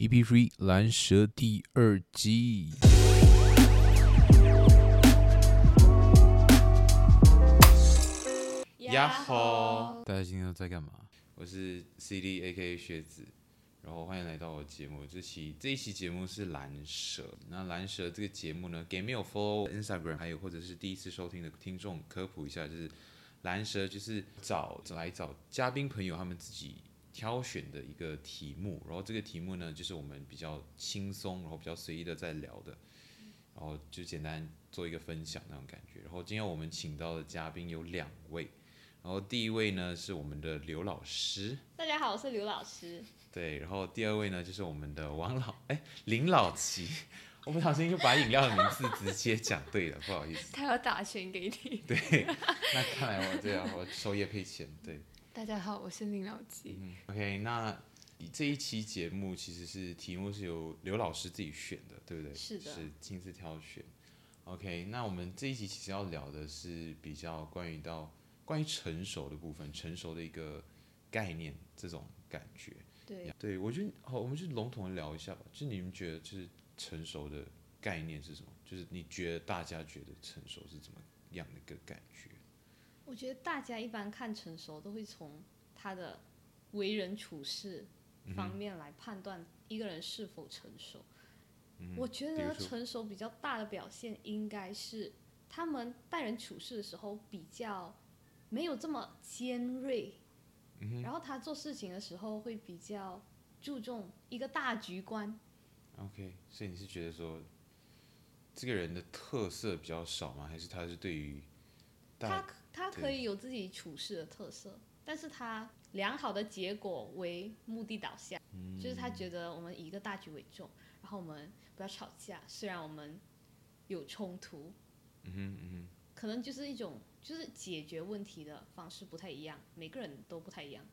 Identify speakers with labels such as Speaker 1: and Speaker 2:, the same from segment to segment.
Speaker 1: EP Three ，E 蓝蛇第二季。
Speaker 2: 呀吼！
Speaker 1: 大家今天都在干嘛？我是 CD A K 靴子，然后欢迎来到我的节目。这期这一期节目是蓝蛇。那蓝蛇这个节目呢，给没有 follow Instagram 还有或者是第一次收听的听众科普一下，就是蓝蛇就是找来找嘉宾朋友他们自己挑选的一个题目，然后这个题目呢，就是我们比较轻松，然后比较随意的在聊的，然后就简单做一个分享那种感觉。然后今天我们请到的嘉宾有两位，然后第一位呢是我们的刘老师，
Speaker 2: 大家好，我是刘老师。
Speaker 1: 对，然后第二位呢就是我们的王老，哎，林老齐。 我不小心就把饮料的名字直接讲对了，不好意思。
Speaker 2: 他要打拳给你。
Speaker 1: 对， 那看来我对啊，我收业配钱，对。
Speaker 2: 大家好，我是林老吉。
Speaker 1: 嗯，OK，那这一期节目其实是题目是由刘老师自己选的，对不对？
Speaker 2: 是的
Speaker 1: 是亲自挑选。OK，那我们这一集其实要聊的是比较关于到关于成熟的部分，成熟的一个概念这种感觉。
Speaker 2: 对，
Speaker 1: 对，我觉得好，我们就笼统的聊一下吧。就你们觉得，就是成熟的概念是什么？就是你觉得大家觉得成熟是怎么样的一个感觉？
Speaker 2: 我觉得大家一般看成熟都会从他的为人处事
Speaker 1: 嗯
Speaker 2: 方面来判断一个人是否成熟。我觉
Speaker 1: 嗯比如
Speaker 2: 得
Speaker 1: 说
Speaker 2: 成熟比较大的表现应该是他们待人处事的时候比较没有这么尖锐，
Speaker 1: 嗯
Speaker 2: 然后他做事情的时候会比较注重一个大局观。
Speaker 1: OK，所以你是觉得说，这个人的特色比较少吗？还是他是对于
Speaker 2: 他
Speaker 1: 大
Speaker 2: 可他可
Speaker 1: 对
Speaker 2: 以有自己处事的特色，但是他良好的结果为目的导向，
Speaker 1: 嗯
Speaker 2: 就是他觉得我们以一个大局为重，然后我们不要吵架，虽然我们有冲突，嗯哼嗯哼，可能就是一种就是解决问题的方式不太一样，每个人都不太一样，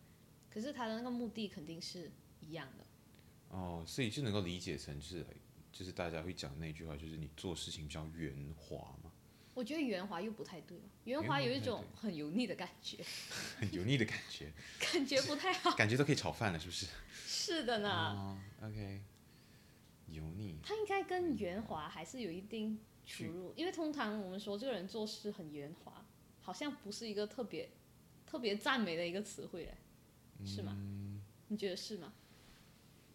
Speaker 2: 可是他的那个目的肯定是一样的，
Speaker 1: 哦，所以就能够理解成就是就是大家会讲那句话，就是你做事情比较圆滑嘛，
Speaker 2: 我觉得圆滑又不太对了，圆
Speaker 1: 圆
Speaker 2: 滑
Speaker 1: 滑
Speaker 2: 有
Speaker 1: 不
Speaker 2: 一
Speaker 1: 太
Speaker 2: 种很油腻的感觉，
Speaker 1: 很油腻的感觉，
Speaker 2: 感觉不 太好，
Speaker 1: 感觉都可以炒饭了，是不是？
Speaker 2: 是的呢。
Speaker 1: 哦，OK，油腻，
Speaker 2: 他应该跟圆滑还是有一定出入，因为通常我们说这个人做事很圆滑，好像不是一个特别特别赞美的一个词汇嘞，是吗？
Speaker 1: 嗯
Speaker 2: 你觉得是吗？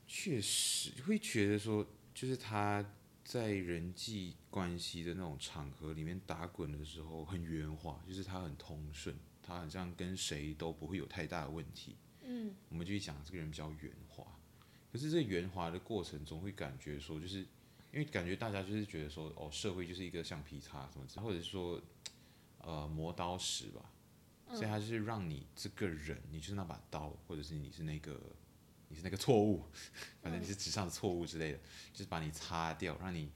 Speaker 1: 确实会觉得说，就是他在人际关系的那种场合里面打滚的时候很圆滑，就是他很通顺，他好像跟谁都不会有太大的问题。嗯，我们就去讲这个人比较圆滑，可是这圆滑的过程中会感觉说，就是因为感觉大家就是觉得说，哦，社会就是一个橡皮擦什么之类，或者是说，呃，磨刀石吧。所以他就是让你这个人，你就是那把刀，或者是你是那个，你是那个错误，反正你是纸上的错误之类的，就是把你擦掉，让你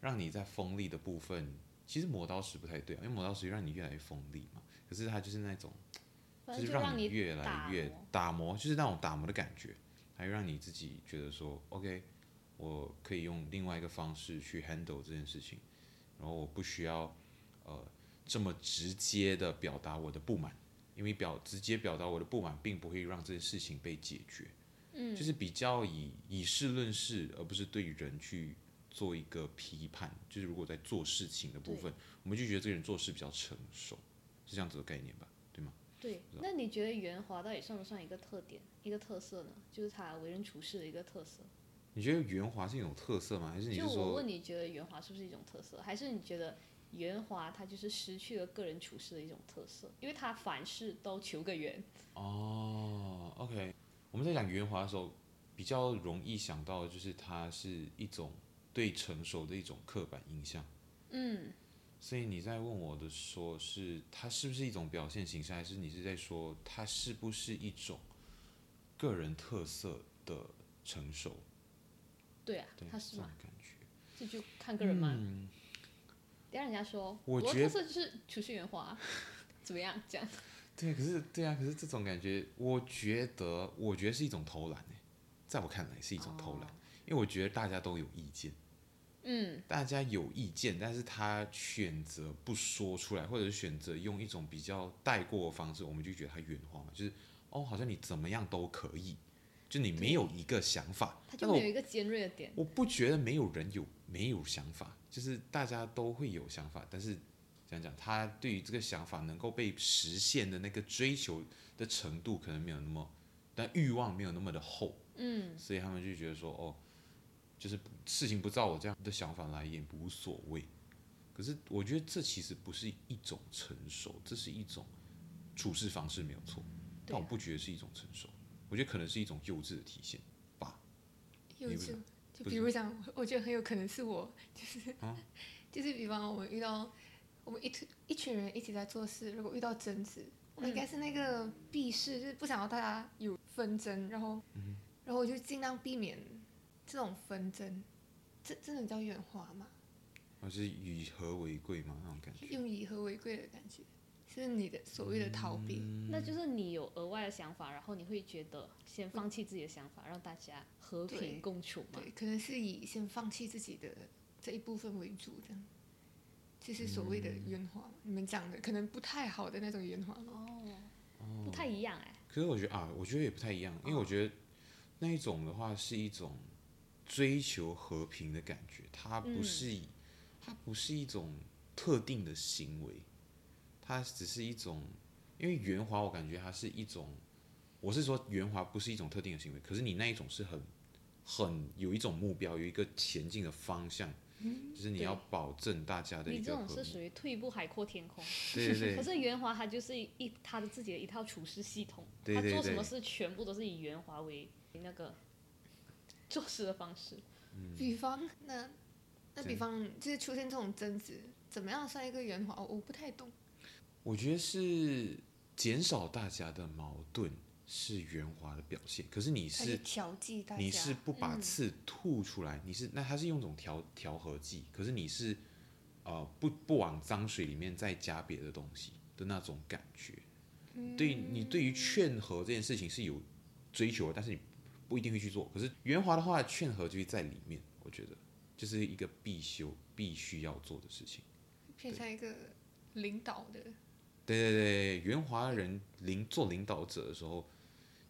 Speaker 1: 让你在锋利的部分，其实磨刀石不太对啊，因为磨刀石会让你越来越锋利嘛。可是它就是那种，
Speaker 2: 反
Speaker 1: 就
Speaker 2: 正
Speaker 1: 是
Speaker 2: 让
Speaker 1: 让你越
Speaker 2: 打
Speaker 1: 来越
Speaker 2: 磨
Speaker 1: 打磨，就是那种打磨的感觉，还会让你自己觉得说，OK，我可以用另外一个方式去 handle 这件事情，然后我不需要呃这么直接的表达我的不满，因为表直接表达我的不满，并不会让这件事情被解决。嗯，就是比较以以事论事，而不是对人去做一个批判。就是如果在做事情的部分，我们就觉得这个人做事比较成熟，是这样子的概念吧？对吗？
Speaker 2: 对。那你觉得圆滑到底算不算一个特点、一个特色呢？就是他为人处事的一个特色。
Speaker 1: 你觉得圆滑是一种特色吗？还是你
Speaker 2: 就是我
Speaker 1: 说
Speaker 2: 问你，觉得圆滑是不是一种特色，还是你觉得圆滑它就是失去了个人处事的一种特色？因为他凡事都求个圆。
Speaker 1: 哦，OK，我们在讲圆滑的时候，比较容易想到就是它是一种对成熟的一种刻板印象。
Speaker 2: 嗯，
Speaker 1: 所以你在问我的说是它是不是一种表现形式，还是你是在说它是不是一种个人特色的成熟，
Speaker 2: 对啊，
Speaker 1: 对，
Speaker 2: 他是
Speaker 1: 这
Speaker 2: 嘛
Speaker 1: 种，感觉。
Speaker 2: 这就看个人嘛。等下人家说，
Speaker 1: 嗯我
Speaker 2: 的
Speaker 1: 觉
Speaker 2: 特色就是储蓄圆滑 啊，怎么样？这样
Speaker 1: 对，可是对啊，可是这种感觉，我觉得，我觉得是一种偷懒欸在我看来是一种偷懒，
Speaker 2: 哦
Speaker 1: 因为我觉得大家都有意见，
Speaker 2: 嗯，
Speaker 1: 大家有意见，但是他选择不说出来，或者是选择用一种比较带过的方式，我们就觉得他圆滑嘛，就是哦，好像你怎么样都可以，就你没有一个想法，
Speaker 2: 他就
Speaker 1: 但我
Speaker 2: 没有一个尖锐的点。
Speaker 1: 我不觉得没有人有没有想法，就是大家都会有想法，但是讲讲他对于这个想法能够被实现的那个追求的程度可能没有那么，但欲望没有那么的厚，
Speaker 2: 嗯，
Speaker 1: 所以他们就觉得说哦，就是事情不照我这样的想法来也无所谓。可是我觉得这其实不是一种成熟，这是一种处事方式没有错，
Speaker 2: 对
Speaker 1: 但
Speaker 2: 啊
Speaker 1: 我不觉得是一种成熟，我觉得可能是一种幼稚的体现。
Speaker 3: 幼
Speaker 1: 你不
Speaker 3: 稚
Speaker 1: 是，不
Speaker 3: 就比
Speaker 1: 是
Speaker 3: 如讲，我觉得很有可能是我，就是、
Speaker 1: 啊
Speaker 3: 就是比方我们遇到我们一群一群人一起在做事，如果遇到争执，我
Speaker 1: 嗯
Speaker 3: 应该是那个避世，就是不想要大家有纷争，然后、
Speaker 1: 嗯
Speaker 3: 然后我就尽量避免这种纷争。这真的叫圆滑吗？
Speaker 1: 而啊是以和为贵嘛那种感觉。
Speaker 3: 用以和为贵的感觉，是你的所谓的逃避。
Speaker 1: 嗯
Speaker 2: 那就是你有额外的想法，然后你会觉得先放弃自己的想法，让大家和
Speaker 3: 对
Speaker 2: 平共处嘛。
Speaker 3: 对，可能是以先放弃自己的这一部分为主，这样，就是所谓的圆滑嘛。你们讲的可能不太好的那种圆滑嘛。
Speaker 2: 哦，不太一样哎、
Speaker 1: 可是我觉得啊，我觉得也不太一样，因为我
Speaker 2: 嗯
Speaker 1: 觉得那一种的话是一种追求和平的感觉，它不
Speaker 2: 嗯
Speaker 1: 是以、它不是一种特定的行为，它只是一种，因为圆滑我感觉它是一种，我是说圆滑不是一种特定的行为，可是你那一种是很很有一种目标，有一个前进的方向，就是你
Speaker 2: 对
Speaker 1: 要保证大家的一
Speaker 2: 你这
Speaker 1: 个
Speaker 2: 种
Speaker 1: 和
Speaker 2: 是
Speaker 1: 睦，
Speaker 2: 属于退一步海阔天空。
Speaker 1: 哦对对对
Speaker 2: 可。是圆滑它就是一一它的自己的一套处事系统，
Speaker 1: 对对
Speaker 2: 它做什
Speaker 1: 对
Speaker 2: 么事全部都是以圆滑为那个做事的方式。
Speaker 3: 比方，那那比
Speaker 1: 真
Speaker 3: 方就是出现这种争执，怎么样算一个圆滑？我不太懂。
Speaker 1: 我觉得是减少大家的矛盾是圆滑的表现，可是你
Speaker 3: 它去
Speaker 1: 是
Speaker 3: 调剂大家。
Speaker 1: 你是不把
Speaker 2: 嗯
Speaker 1: 刺吐出来，你是那它是用一种调调和剂，可是你是呃不不往脏水里面再加别的东西的那种感觉。对你对于劝和这件事情是有追求的，但是你不一定会去做。可是圆滑的话，劝和就是在里面，我觉得就是一个必修必须要做的事情。
Speaker 3: 偏向一个领导的，
Speaker 1: 对对对，圆滑人领做领导者的时候，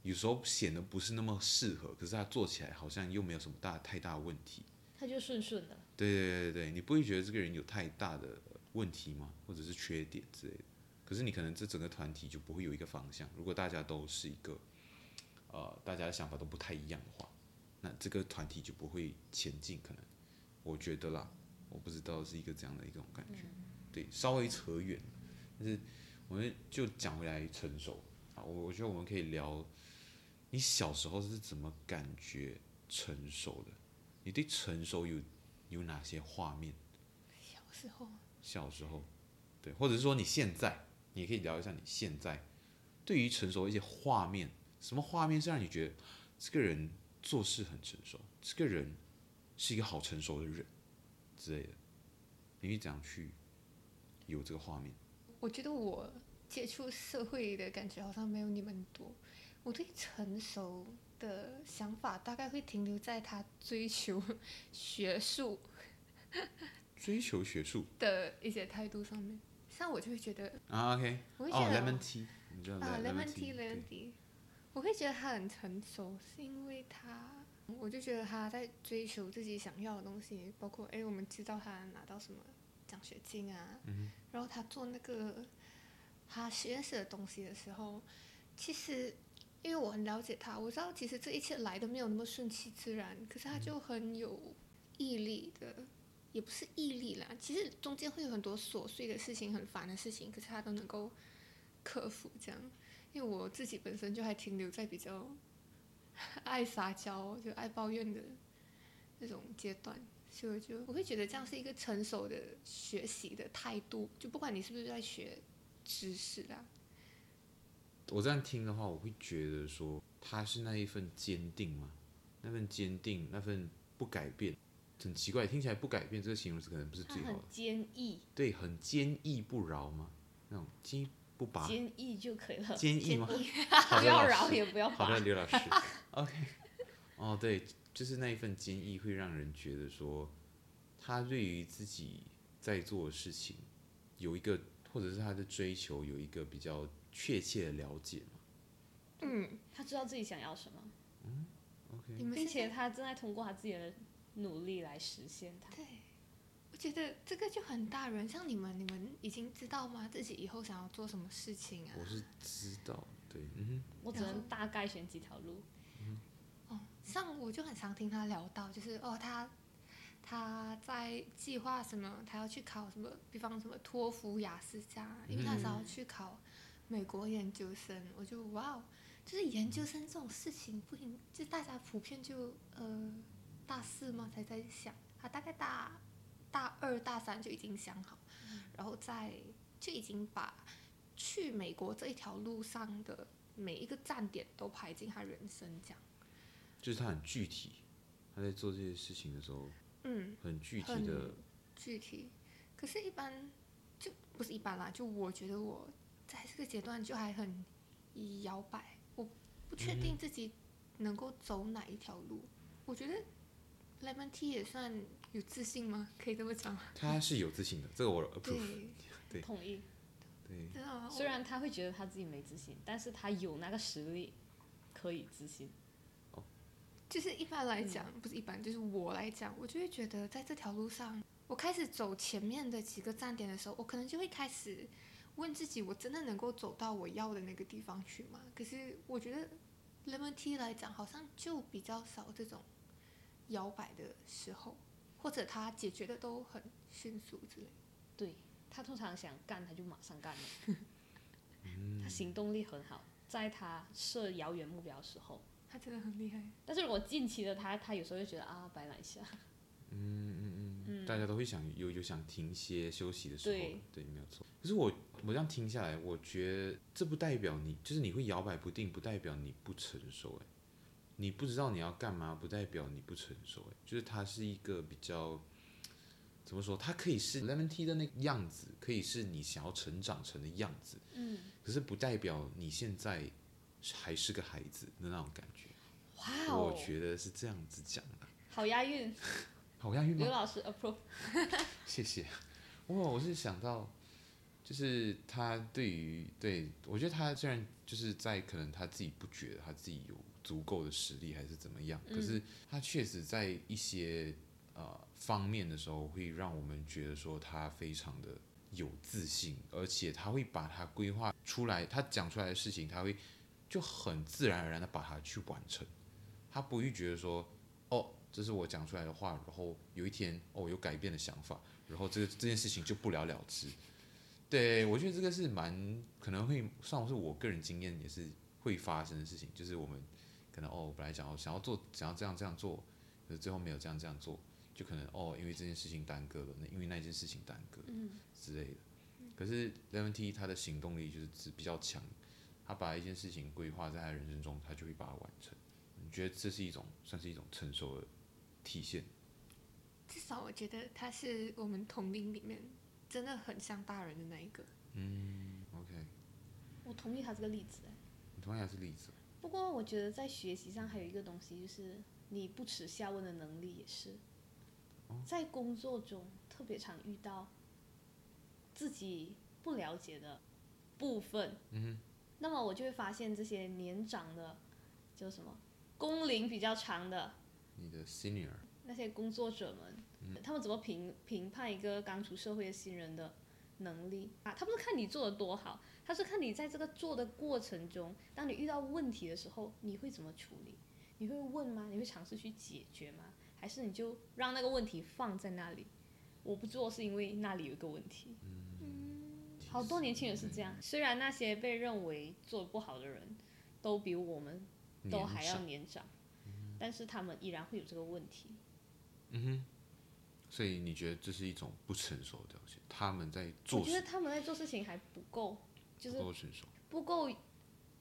Speaker 1: 有时候显得不是那么适合，可是他做起来好像又没有什么大太大问题。
Speaker 2: 它就顺顺的，
Speaker 1: 对对对对对，你不会觉得这个人有太大的问题吗？或者是缺点之类的？可是你可能这整个团体就不会有一个方向。如果大家都是一个，呃，大家的想法都不太一样的话，那这个团体就不会前进。可能我觉得啦，我不知道是一个这样的一种感觉。对，稍微扯远，但是我们就讲回来成熟啊，我我觉得我们可以聊你小时候是怎么感觉成熟的？你对成熟有有哪些画面？
Speaker 3: 小时候
Speaker 1: 小时候，对，或者是说你现在，你也可以聊一下你现在对于成熟的一些画面，什么画面是让你觉得这个人做事很成熟，这个人是一个好成熟的人之类的，你会怎样去有这个画面？
Speaker 3: 我觉得我接触社会的感觉好像没有你们多。我对成熟的想法大概会停留在他追求学术
Speaker 1: 追求学术
Speaker 3: 的一些态度上面。像我就会觉得，
Speaker 1: 啊，OK，
Speaker 3: 我会
Speaker 1: 哦
Speaker 3: 觉得
Speaker 1: ，lemon tea，你知道
Speaker 3: 啊
Speaker 1: lemon
Speaker 3: ，lemon
Speaker 1: tea，对
Speaker 3: tea，lemon tea，我会觉得他很成熟，是因为他，我就觉得他在追求自己想要的东西，包括哎，我们知道他拿到什么奖学金啊，然后他做那个他实验室的东西的时候，其实因为我很了解他，我知道其实这一切来的没有那么顺其自然，可是他就很有毅力的。也不是毅力啦，其实中间会有很多琐碎的事情、很烦的事情，可是他都能够克服这样。因为我自己本身就还停留在比较爱撒娇、就爱抱怨的那种阶段，所以我就我会觉得这样是一个成熟的学习的态度，就不管你是不是在学知识啦，
Speaker 1: 我这样听的话，我会觉得说，他是那一份坚定嘛，那份坚定，那份不改变，很奇怪，听起来不改变这个形容词可能不是
Speaker 2: 他
Speaker 1: 最好的
Speaker 2: 很，坚毅，
Speaker 1: 对，很坚毅不饶嘛，那种坚毅不拔，
Speaker 2: 坚毅就可以了。
Speaker 1: 坚 毅吗？好
Speaker 2: 不
Speaker 1: 的，
Speaker 2: 要
Speaker 1: 老
Speaker 2: 饶
Speaker 1: 师，
Speaker 2: 也不要
Speaker 1: 好的，
Speaker 2: 拔。
Speaker 1: 刘 老师，OK，哦，对，就是那一份坚毅会让人觉得说，他对于自己在做的事情有一个，或者是他的追求有一个比较确切的了解嘛
Speaker 3: 嗯，
Speaker 2: 他知道自己想要什么，
Speaker 1: ，OK，
Speaker 3: 你们
Speaker 2: 并
Speaker 3: 现
Speaker 2: 且
Speaker 3: 在
Speaker 2: 他正在通过他自己的努力来实现它。
Speaker 3: 对，我觉得这个就很大人，像你们，你们已经知道吗？自己以后想要做什么事情啊？
Speaker 1: 我是知道，对，嗯
Speaker 2: 我只
Speaker 3: 然后
Speaker 2: 能大概选几条路。
Speaker 3: 哦，像我就很常听他聊到，就是哦，他他在计划什么，他要去考什么，比方什么托福、雅思这样啊，因为他
Speaker 1: 嗯
Speaker 3: 想要去考美国研究生，我就哇哦，就是研究生这种事情不应，就大家普遍就呃大四嘛才在想，他大概大大二大三就已经想好，然后再就已经把去美国这一条路上的每一个站点都排进他人生这样。
Speaker 1: 哼，就是他很具体，他在做这些事情的时候
Speaker 3: 嗯，
Speaker 1: 很具体
Speaker 3: 很
Speaker 1: 的，
Speaker 3: 具体。可是，一般就不是一般啦，就我觉得我在这个阶段就还很摇摆，我不确定自己能够走哪一条路。我觉得 Lemon Tea 也算有自信吗？可以这么讲吗？
Speaker 1: 他是有自信的，这个我 approve，
Speaker 3: 对，
Speaker 1: 对
Speaker 2: 同意。
Speaker 1: 对，
Speaker 3: 真的吗？
Speaker 2: 虽然他会觉得他自己没自信，但是他有那个实力可以自信。
Speaker 3: 就是一般来讲，不是一般，就是我来讲，我就会觉得在这条路上，我开始走前面的几个站点的时候，我可能就会开始问自己，我真的能够走到我要的那个地方去吗？可是我觉得 Lemon Tea 来讲，好像就比较少这种摇摆的时候，或者他解决的都很迅速之类。
Speaker 2: 对他通常想干，他就马 上干了。
Speaker 1: 嗯
Speaker 2: 他行动力很好，在他设遥远目标的时候。
Speaker 3: 他真的很厉害，
Speaker 2: 但是如果近期的他，他有时候就觉得啊，摆烂一下。
Speaker 1: 嗯
Speaker 2: 嗯
Speaker 1: 大家都会想有有想停歇休息的时候
Speaker 2: 对，
Speaker 1: 对，没有错。可是我我这样听下来，我觉得这不代表你就是你会摇摆不定，不代表你不成熟，哎，你不知道你要干嘛，不代表你不成熟，哎，就是它是一个比较怎么说，它可以是 lemon tea 的那个样子，可以是你想要成长成的样子，
Speaker 2: 嗯，
Speaker 1: 可是不代表你现在是还是个孩子的那种感觉。
Speaker 2: 哇哦
Speaker 1: 我，觉得是这样子讲的，
Speaker 2: 好押韵，
Speaker 1: 好押韵吗
Speaker 2: 刘？老师 approve。
Speaker 1: 谢谢。哇，我是想到，就是他对于对我觉得他虽然就是在可能他自己不觉得他自己有足够的实力还是怎么样，可是他确实在一些呃方面的时候，会让我们觉得说他非常的有自信，而且他会把他规划出来，他讲出来的事情，他会就很自然而然的把它去完成，他不会觉得说哦。这是我讲出来的话，然后有一天哦，我有改变的想法，然后这个这件事情就不了了之。对我觉得这个是蛮可能会算是我个人经验也是会发生的事情，就是我们可能哦本来想要想要做想要这样这样做，可是最后没有这样这样做，就可能哦因为这件事情耽搁了，那因为那件事情耽搁
Speaker 2: 嗯，
Speaker 1: 之类的。可是 Lemon T 他的行动力就是比较强，他把一件事情规划在他人生中，他就会把它完成。你觉得这是一种算是一种成熟的体现？
Speaker 3: 至少我觉得他是我们同龄里面真的很像大人的那一个。
Speaker 1: 嗯，OK，
Speaker 2: 我同意他这个例子。
Speaker 1: 你同样是例子。
Speaker 2: 不过我觉得在学习上还有一个东西，就是你不耻下问的能力也是，在工作中特别常遇到自己不了解的部分。嗯那么我就会发现这些年长的，叫什么工龄比较长的
Speaker 1: 你的 senior
Speaker 2: 那些工作者们，
Speaker 1: 嗯
Speaker 2: 他们怎么评评判一个刚出社会的新人的能力啊？他不是看你做的多好，他是看你在这个做的过程中，当你遇到问题的时候，你会怎么处理？你会问吗？你会尝试去解决吗？还是你就让那个问题放在那里？我不做是因为那里有一个问题。
Speaker 1: 嗯
Speaker 2: 好多年轻人是这样，虽然那些被认为做得不好的人，都比我们都还
Speaker 1: 年
Speaker 2: 要
Speaker 1: 长嗯
Speaker 2: 年长，但是他们依然会有这个问题。
Speaker 1: 所以你觉得这是一种不成熟的表现？他们在
Speaker 2: 我
Speaker 1: 做
Speaker 2: 觉得
Speaker 1: 事
Speaker 2: 他们在做事情还不够，就是
Speaker 1: 不够成熟，
Speaker 2: 不够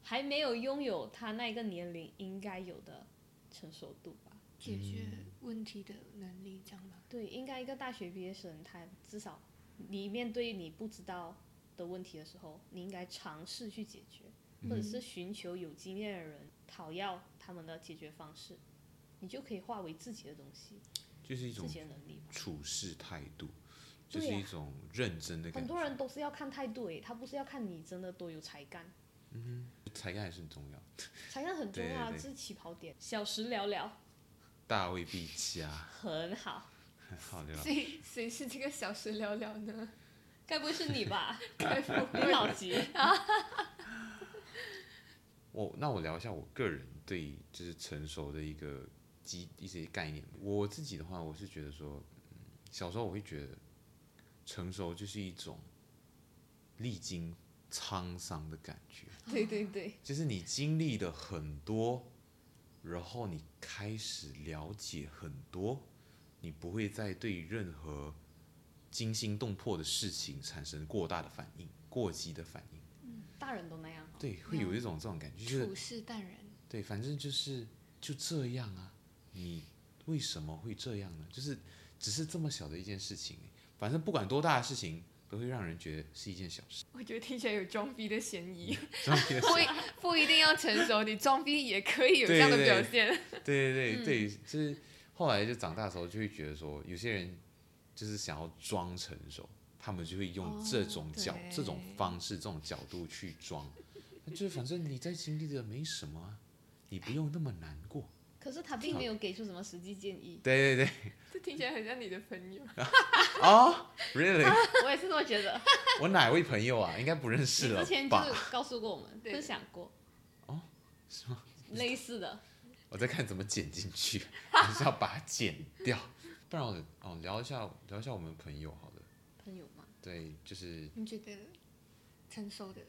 Speaker 2: 还没有拥有他那个年龄应该有的成熟度吧。
Speaker 3: 解决问题的能力，这样吧。
Speaker 2: 对，应该一个大学毕业生，他至少你面对你不知道的问题的时候，你应该尝试去解决，
Speaker 1: 嗯
Speaker 2: 或者是寻求有经验的人讨要他们的解决方式，你就可以化为自己的东西，
Speaker 1: 就是一
Speaker 2: 自
Speaker 1: 种
Speaker 2: 己的能力吧。
Speaker 1: 处事态度，就
Speaker 2: 对
Speaker 1: 是
Speaker 2: 呀嗯
Speaker 1: 一种认真的
Speaker 2: 很
Speaker 1: 感
Speaker 2: 多
Speaker 1: 觉。
Speaker 2: 人都是要看态度，诶，他不是要看你真的多有才干，
Speaker 1: 嗯才干还是很重要，
Speaker 2: 才干很重要啊，
Speaker 1: 对对对
Speaker 2: 这是起跑点。小时聊聊
Speaker 1: 大未必佳。
Speaker 2: 很好，
Speaker 1: 好的啦，
Speaker 3: 谁谁是这个小时聊聊呢？
Speaker 2: 该不会是 你吧？
Speaker 3: 该不
Speaker 2: 你
Speaker 3: 会
Speaker 2: 老急，
Speaker 1: 我那我聊一下我个人对就是成熟的一个基一些概念。我自己的话，我是觉得说，嗯小时候我会觉得成熟就是一种历经沧桑的感觉，
Speaker 2: 对对对，
Speaker 1: 就是你经历了很多，然后你开始了解很多，你不会再对任何惊心动魄的事情产生过大的反应、过激的反应。
Speaker 2: 大人都那样哦。
Speaker 1: 对，会有一种这种感觉， 就是
Speaker 3: 处事淡然？
Speaker 1: 对，反正就是就这样啊。你为什么会这样呢？就是只是这么小的一件事情，反正不管多大的事情，都会让人觉得是一件小 事。
Speaker 3: 我觉得听起来有装逼的嫌疑，
Speaker 1: 这样觉得
Speaker 3: 不一不一定要成熟，你装逼也可以有这样的
Speaker 1: 对
Speaker 3: 表
Speaker 1: 对
Speaker 3: 现。
Speaker 1: 对对对对，就是后来就长大的时候就会觉得说，有些人就是想要装成熟，他们就会用这
Speaker 3: 哦
Speaker 1: 种角、这种
Speaker 3: 对
Speaker 1: 方式、这种角度去装。那就是反正你在经历的没什么、啊，你不用那么难过。
Speaker 2: 可是他并没有给出什么实际建议，
Speaker 1: 对对对，
Speaker 3: 这听起来很像你的朋友，
Speaker 1: 哦、r e a l l y
Speaker 2: 我也是这么觉得。
Speaker 1: 我哪位朋友啊？应该不认识
Speaker 2: 你
Speaker 1: 了
Speaker 2: 之前就
Speaker 1: 吧？
Speaker 2: 是告诉过我们，
Speaker 3: 对
Speaker 2: 分享过。
Speaker 1: 哦，
Speaker 2: 是吗？类似的，
Speaker 1: 我在看怎么剪进去，还是要把它剪掉，不然我哦聊一下聊一下我们朋友好了，
Speaker 2: 朋友嘛，
Speaker 1: 对，就是
Speaker 3: 你觉得成熟的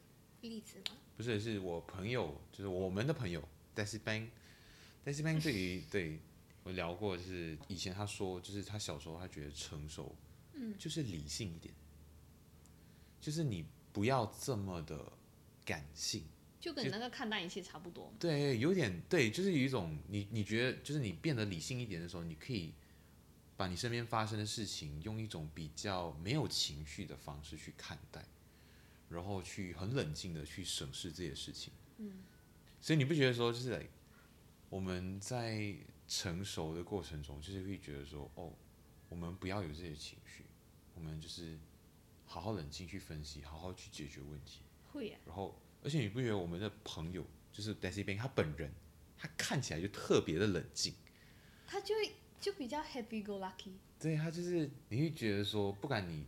Speaker 3: 例子吗？
Speaker 1: 不是是我朋友，就是我们的朋友 Daisy Bang，Daisy Bang 对于对我聊过，就是以前他说，就是他小时候他觉得成熟，嗯，就是理性一点，就是你不要这么的感性。
Speaker 2: 就跟你那个看淡一切差不多。
Speaker 1: 对，有点对，就是有一种你你觉得，就是你变得理性一点的时候，你可以把你身边发生的事情用一种比较没有情绪的方式去看待，然后去很冷静的去审视这些事情。嗯，所以你不觉得说，就是 like, 我们在成熟的过程中，就是会觉得说，哦，我们不要有这些情绪，我们就是好好冷静去分析，好好去解决问题。
Speaker 2: 会啊呀、
Speaker 1: 然后，而且你不觉得我们的朋友就是 Daisy Bang，他本人他看起来就特别的冷静，
Speaker 2: 他就会就比较 happy go lucky。
Speaker 1: 对他就是你会觉得说，不管你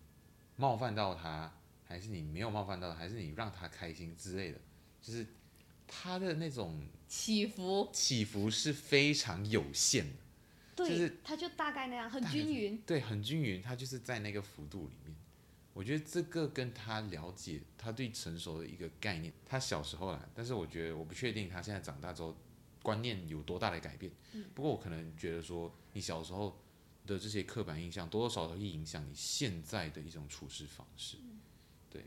Speaker 1: 冒犯到他，还是你没有冒犯到他，还是你让他开心之类的，就是他的那种
Speaker 2: 起伏，
Speaker 1: 起伏是非常有限的，
Speaker 2: 对，
Speaker 1: 就是
Speaker 2: 他就大概那样，很
Speaker 1: 大概
Speaker 2: 均匀。
Speaker 1: 对，很均匀，他就是在那个幅度里面。我觉得这个跟他了解他对成熟的一个概念，他小时候啦，但是我觉得我不确定他现在长大之后观念有多大的改变。不过我可能觉得说，你小时候的这些刻板印象多多少少会影响你现在的一种处事方式。对，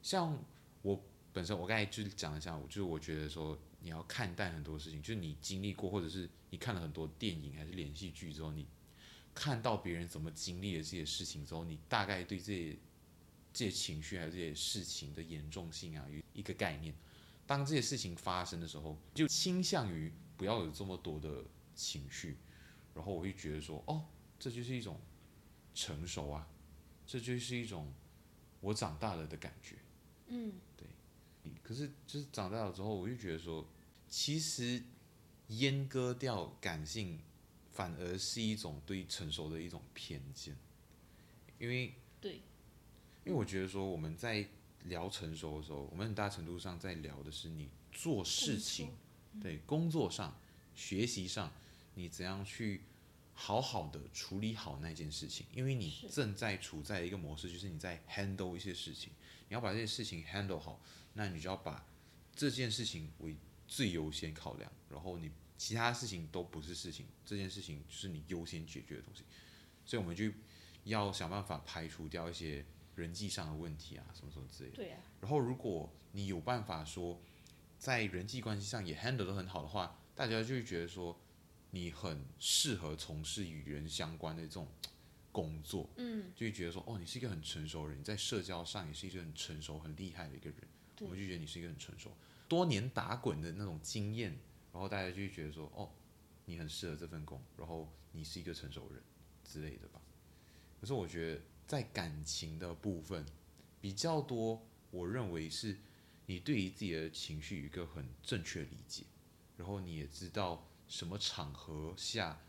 Speaker 1: 像我本身，我刚才就是讲了一下，我就是我觉得说你要看淡很多事情，就是你经历过或者是你看了很多电影还是连续剧之后，你看到别人怎么经历了这些事情之后，你大概对这些这些情绪还有这些事情的严重性啊，有一个概念。当这些事情发生的时候，就倾向于不要有这么多的情绪，然后我会觉得说，哦，这就是一种成熟啊，这就是一种我长大了的感觉。
Speaker 2: 嗯，
Speaker 1: 可是就是长大了之后，我就觉得说，其实阉割掉感性，反而是一种对成熟的一种偏见，因为
Speaker 2: 对，
Speaker 1: 因为我觉得说我们在聊成熟的时候，我们很大程度上在聊的是你做事情，对工作上、学习上，你怎样去好好的处理好那件事情，因为你
Speaker 2: 是
Speaker 1: 正在处在一个模式，就是你在 handle 一些事情，你要把这些事情 handle 好，那你就要把这件事情为最优先考量，然后你其他事情都不是事情，这件事情就是你优先解决的东西，所以我们就要想办法排除掉一些人际上的问题啊，什么什么之类的。
Speaker 2: 对啊，
Speaker 1: 然后如果你有办法说在人际关系上也 handle 得很好的话，大家就会觉得说你很适合从事与人相关的这种工作，
Speaker 3: 嗯，
Speaker 1: 就会觉得说哦，你是一个很成熟的人，你在社交上也是一个很成熟、很厉害的一个人，我
Speaker 2: 对
Speaker 1: 们就觉得你是一个很成熟、多年打滚的那种经验，然后大家就会觉得说哦，你很适合这份工，然后你是一个成熟人之类的吧。可是我觉得在感情的部分比较多，我认为是你对于自己的情绪有一个很正确的理解，然后你也知道什么场合下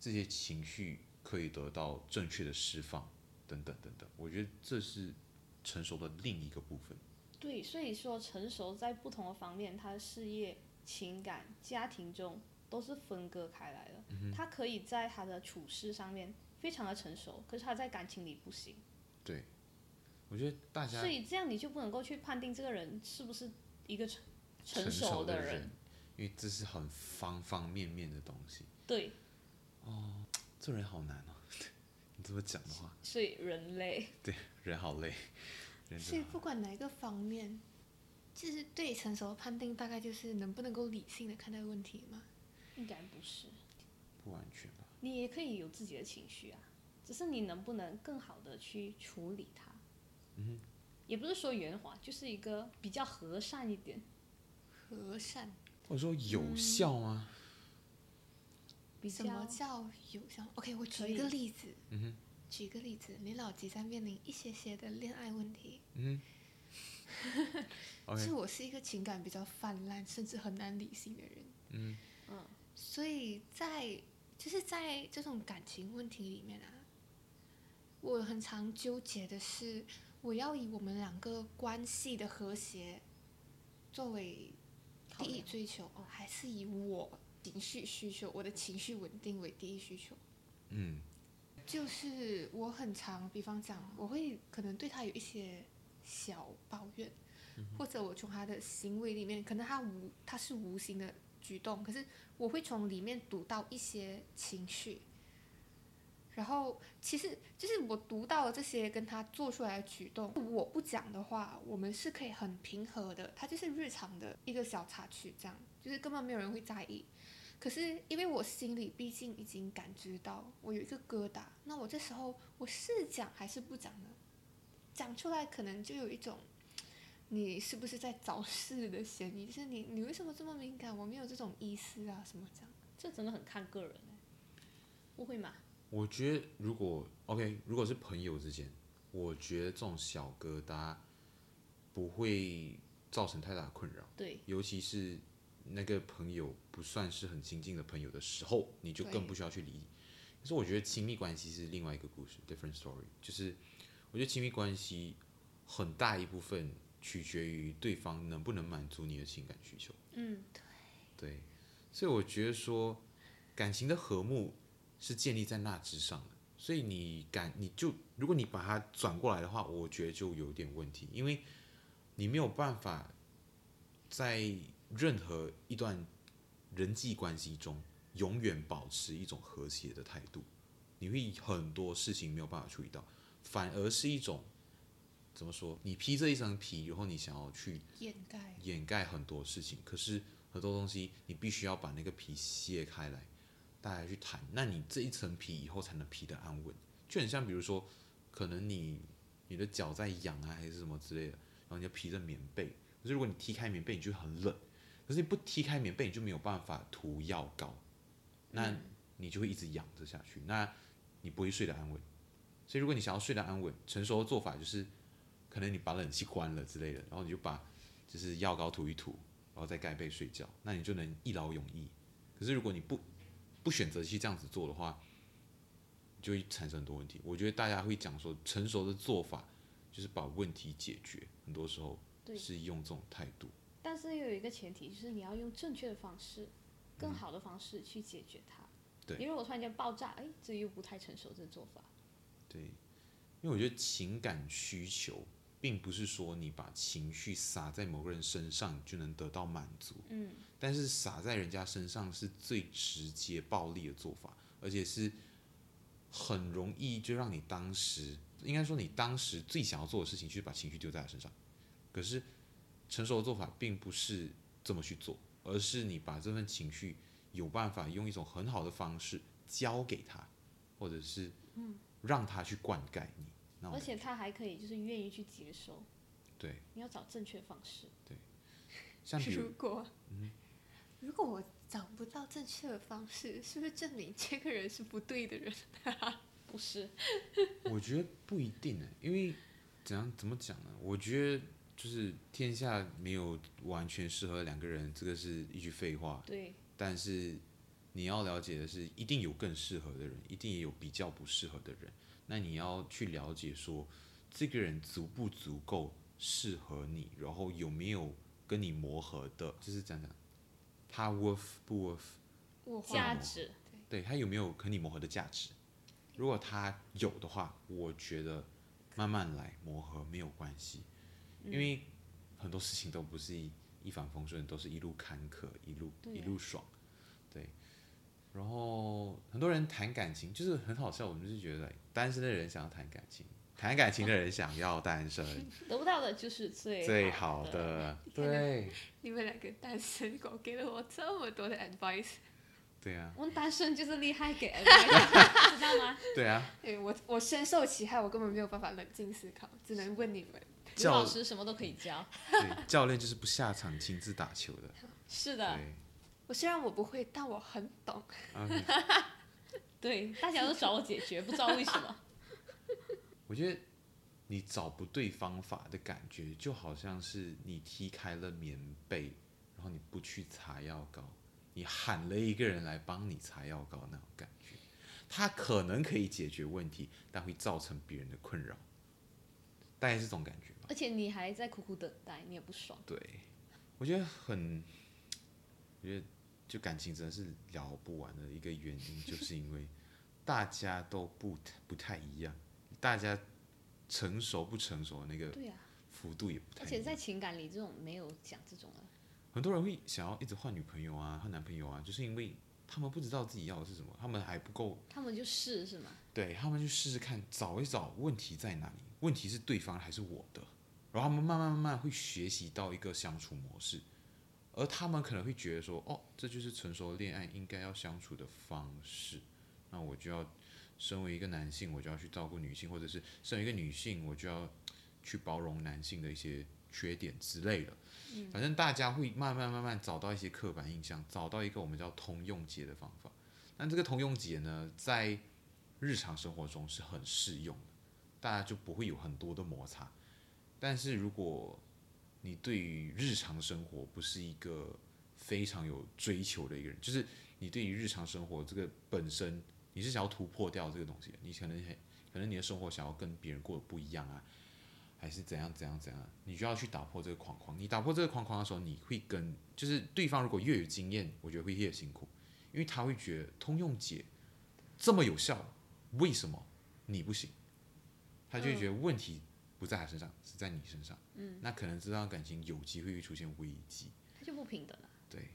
Speaker 1: 这些情绪可以得到正确的释放，等等等等。我觉得这是成熟的另一个部分。
Speaker 2: 对，所以说成熟在不同的方面，他的事业、情感、家庭中都是分割开来的。
Speaker 1: 嗯
Speaker 2: 他可以在他的处事上面非常的成熟，可是他在感情里不行。
Speaker 1: 对，我觉得大家
Speaker 2: 所以这样你就不能够去判定这个人是不是一个成
Speaker 1: 成
Speaker 2: 熟
Speaker 1: 的
Speaker 2: 人。，
Speaker 1: 因为这是很方方面面的东西。
Speaker 2: 对，
Speaker 1: 做人好难哦， 你这么讲的话，
Speaker 2: 所以人类
Speaker 1: 人好累，人
Speaker 3: 所以
Speaker 1: 真的
Speaker 3: 不管哪一个方面，其实对成熟的判定大概就是能不能够理性的看待问题嘛。
Speaker 2: 应该不是。
Speaker 1: 不完全吧。
Speaker 2: 你也可以有自己的情绪啊，只是你能不能更好的去处理它。嗯，也不是说圆滑，就是一个比较和善一点。
Speaker 3: 和善，
Speaker 1: 或者说有效吗？
Speaker 2: 比
Speaker 3: 什么
Speaker 2: 较
Speaker 3: 叫有效？OK，我举
Speaker 2: 可
Speaker 3: 一个
Speaker 2: 以
Speaker 3: 例子，
Speaker 1: 嗯哼，
Speaker 3: 举一个例子，你老即将面临一些些的恋爱问题。
Speaker 1: 嗯哼
Speaker 3: 是
Speaker 1: ，OK，
Speaker 3: 我是一个情感比较泛滥，甚至很难理性的人，
Speaker 1: 嗯，
Speaker 2: 嗯，
Speaker 3: 所以在就是在这种感情问题里面啊，我很常纠结的是，我要以我们两个关系的和谐作为
Speaker 2: 考
Speaker 3: 第一
Speaker 2: 量
Speaker 3: 追求，哦还是以我情绪需求、我的情绪稳定为第一需求？
Speaker 1: 嗯，
Speaker 3: 就是我很常，比方讲，我会可能对他有一些小抱怨，或者我从他的行为里面，可能他无他是无形的举动，可是我会从里面读到一些情绪。然后其实就是我读到了这些跟他做出来的举动，我不讲的话，我们是可以很平和的，他就是日常的一个小插曲，这样就是根本没有人会在意。可是因为我心里毕竟已经感知到我有一个疙瘩，那我这时候我是讲还是不讲呢？讲出来可能就有一种你是不是在找事的嫌疑，就是你你为什么这么敏感？我没有这种意思啊，什么这样？
Speaker 2: 这真的很看个人欸、不会吗？
Speaker 1: 我觉得如果 OK，如果是朋友之间，我觉得这种小疙瘩不会造成太大的困扰，
Speaker 2: 对，
Speaker 1: 尤其是那个朋友不算是很亲近的朋友的时候，你就更
Speaker 3: 对
Speaker 1: 不需要去理。可是我觉得亲密关系是另外一个故事，different story。就是我觉得亲密关系很大一部分取决于对方能不能满足你的情感需求。
Speaker 2: 嗯，
Speaker 1: 对，所以我觉得说，感情的和睦是建立在那之上的。所以你感你就如果你把它转过来的话，我觉得就有点问题，因为你没有办法在任何一段人际关系中永远保持一种和谐的态度，你会很多事情没有办法处理到，反而是一种怎么说？你披着一层皮，然后你想要去
Speaker 3: 掩盖
Speaker 1: 掩盖很多事情，可是很多东西你必须要把那个皮卸开来，大家去谈。那你这一层皮以后才能皮得安稳，就很像比如说，可能你你的脚在痒啊，还是什么之类的，然后你就披着棉被，可是如果你踢开棉被，你就很冷，可是你不踢开棉被，你就没有办法涂药膏，那你就会一直痒着下去，那你不会睡得安稳。所以如果你想要睡得安稳，成熟的做法就是，可能你把冷气关了之类的，然后你就把就是药膏涂一涂，然后再盖被睡觉，那你就能一劳永逸。可是如果你不不选择去这样子做的话，就会产生很多问题。我觉得大家会讲说，成熟的做法就是把问题解决，很多时候
Speaker 2: 对
Speaker 1: 是用这种态度。
Speaker 2: 但是又有一个前提，就是你要用正确的方式，更好的方式去解决它。
Speaker 1: 对
Speaker 2: 你如果突然间爆炸，哎，这又不太成熟，这做法。
Speaker 1: 对，因为我觉得情感需求并不是说你把情绪撒在某个人身上就能得到满足，
Speaker 2: 嗯，
Speaker 1: 但是撒在人家身上是最直接暴力的做法，而且是很容易就让你当时应该说你当时最想要做的事情，就是把情绪丢在他身上。可是成熟的做法并不是这么去做，而是你把这份情绪有办法用一种很好的方式交给他，或者是让他去灌溉你。那我
Speaker 2: 而且他还可以就是愿意去接收，
Speaker 1: 对，
Speaker 2: 你要找正确方式。
Speaker 1: 像比如
Speaker 3: 如果、如果我找不到正确的方式，是不是证明这个人是不对的人？
Speaker 2: 不是，
Speaker 1: 我觉得不一定呢，因为怎样怎么讲呢？我觉得就是天下没有完全适合的两个人，这个是一句废话。
Speaker 2: 对，
Speaker 1: 但是你要了解的是，一定有更适合的人，一定也有比较不适合的人。那你要去了解说，这个人足不足够适合你，然后有没有跟你磨合的，就是讲讲他 worth 不 worth，
Speaker 3: 我
Speaker 2: 价
Speaker 1: 吗
Speaker 2: 值
Speaker 1: 对他有没有和你磨合的价值。如果他有的话，我觉得慢慢来磨合没有关系，因为很多事情都不是一一帆风顺，都是一路坎坷，一路
Speaker 2: 对
Speaker 1: 一
Speaker 2: 啊
Speaker 1: 路爽，对。然后很多人谈感情就是很好笑，我们就觉得单身的人想要谈感情，谈感情的人想要单身，
Speaker 2: 得不到的就是最
Speaker 1: 最
Speaker 2: 好
Speaker 1: 哦好的，
Speaker 3: 天哪
Speaker 1: 对，
Speaker 3: 你们两个单身狗给了我这么多的 advice，
Speaker 1: 对啊，
Speaker 2: 我们单身就是厉 害给 advice，知道吗？
Speaker 1: 对啊，
Speaker 3: 对我我深受其害，我根本没有办法冷静思考，只能问你们。
Speaker 2: 刘老
Speaker 1: 教
Speaker 2: 师什么都可以教。
Speaker 1: 对教练就是不下场亲自打球 的，
Speaker 2: 是的，
Speaker 1: 对嗯
Speaker 3: 我虽然我不会，但我很懂。
Speaker 1: ，OK。
Speaker 2: 对，大家都找我解决，不知道为什么。
Speaker 1: 我觉得你找不对方法的感觉，就好像是你踢开了棉被，然后你不去擦药膏，你喊了一个人来帮你擦药膏那种感觉。他可能可以解决问题，但会造成别人的困扰，大概是这种感觉吧。
Speaker 2: 而且你还在苦苦等待，你也不爽。
Speaker 1: 对，我觉得很，我觉得就感情真的是聊不完的一个原因，就是因为大家都不太不太一样，大家成熟不成熟的那个
Speaker 2: 对呀、
Speaker 1: 幅度也不太一
Speaker 2: 而
Speaker 1: 样。
Speaker 2: 且在情感里，这种没有讲这种的，
Speaker 1: 很多人会想要一直换女朋友啊，换男朋友啊，就是因为他们不知道自己要的是什么，他们还不够，
Speaker 2: 他们就是是吗？
Speaker 1: 对他们去试试看，找一找问题在哪里，问题是对方还是我的，然后他们慢慢慢慢会学习到一个相处模式，而他们可能会觉得说，哦，这就是成熟的恋爱应该要相处的方式，那我就要身为一个男性，我就要去照顾女性，或者是身为一个女性，我就要去包容男性的一些缺点之类的。反正大家会慢慢慢慢找到一些刻板印象，找到一个我们叫通用解的方法。那这个通用解呢，在日常生活中是很适用的，大家就不会有很多的摩擦。但是如果你对于日常生活不是一个非常有追求的一个人，就是你对于日常生活这个本身，你是想要突破掉这个东西的，你可能很可能你的生活想要跟别人过得不一样啊，还是怎样怎样怎样，你就要去打破这个框框。你打破这个框框的时候，你会跟就是对方如果越有经验，我觉得会越辛苦，因为他会觉得通用解这么有效，为什么你不行？他就会觉得问题不在他身上，是在你身上。嗯，那可能这段感情有机会会出现危机。
Speaker 2: 他就不平等了。
Speaker 1: 对，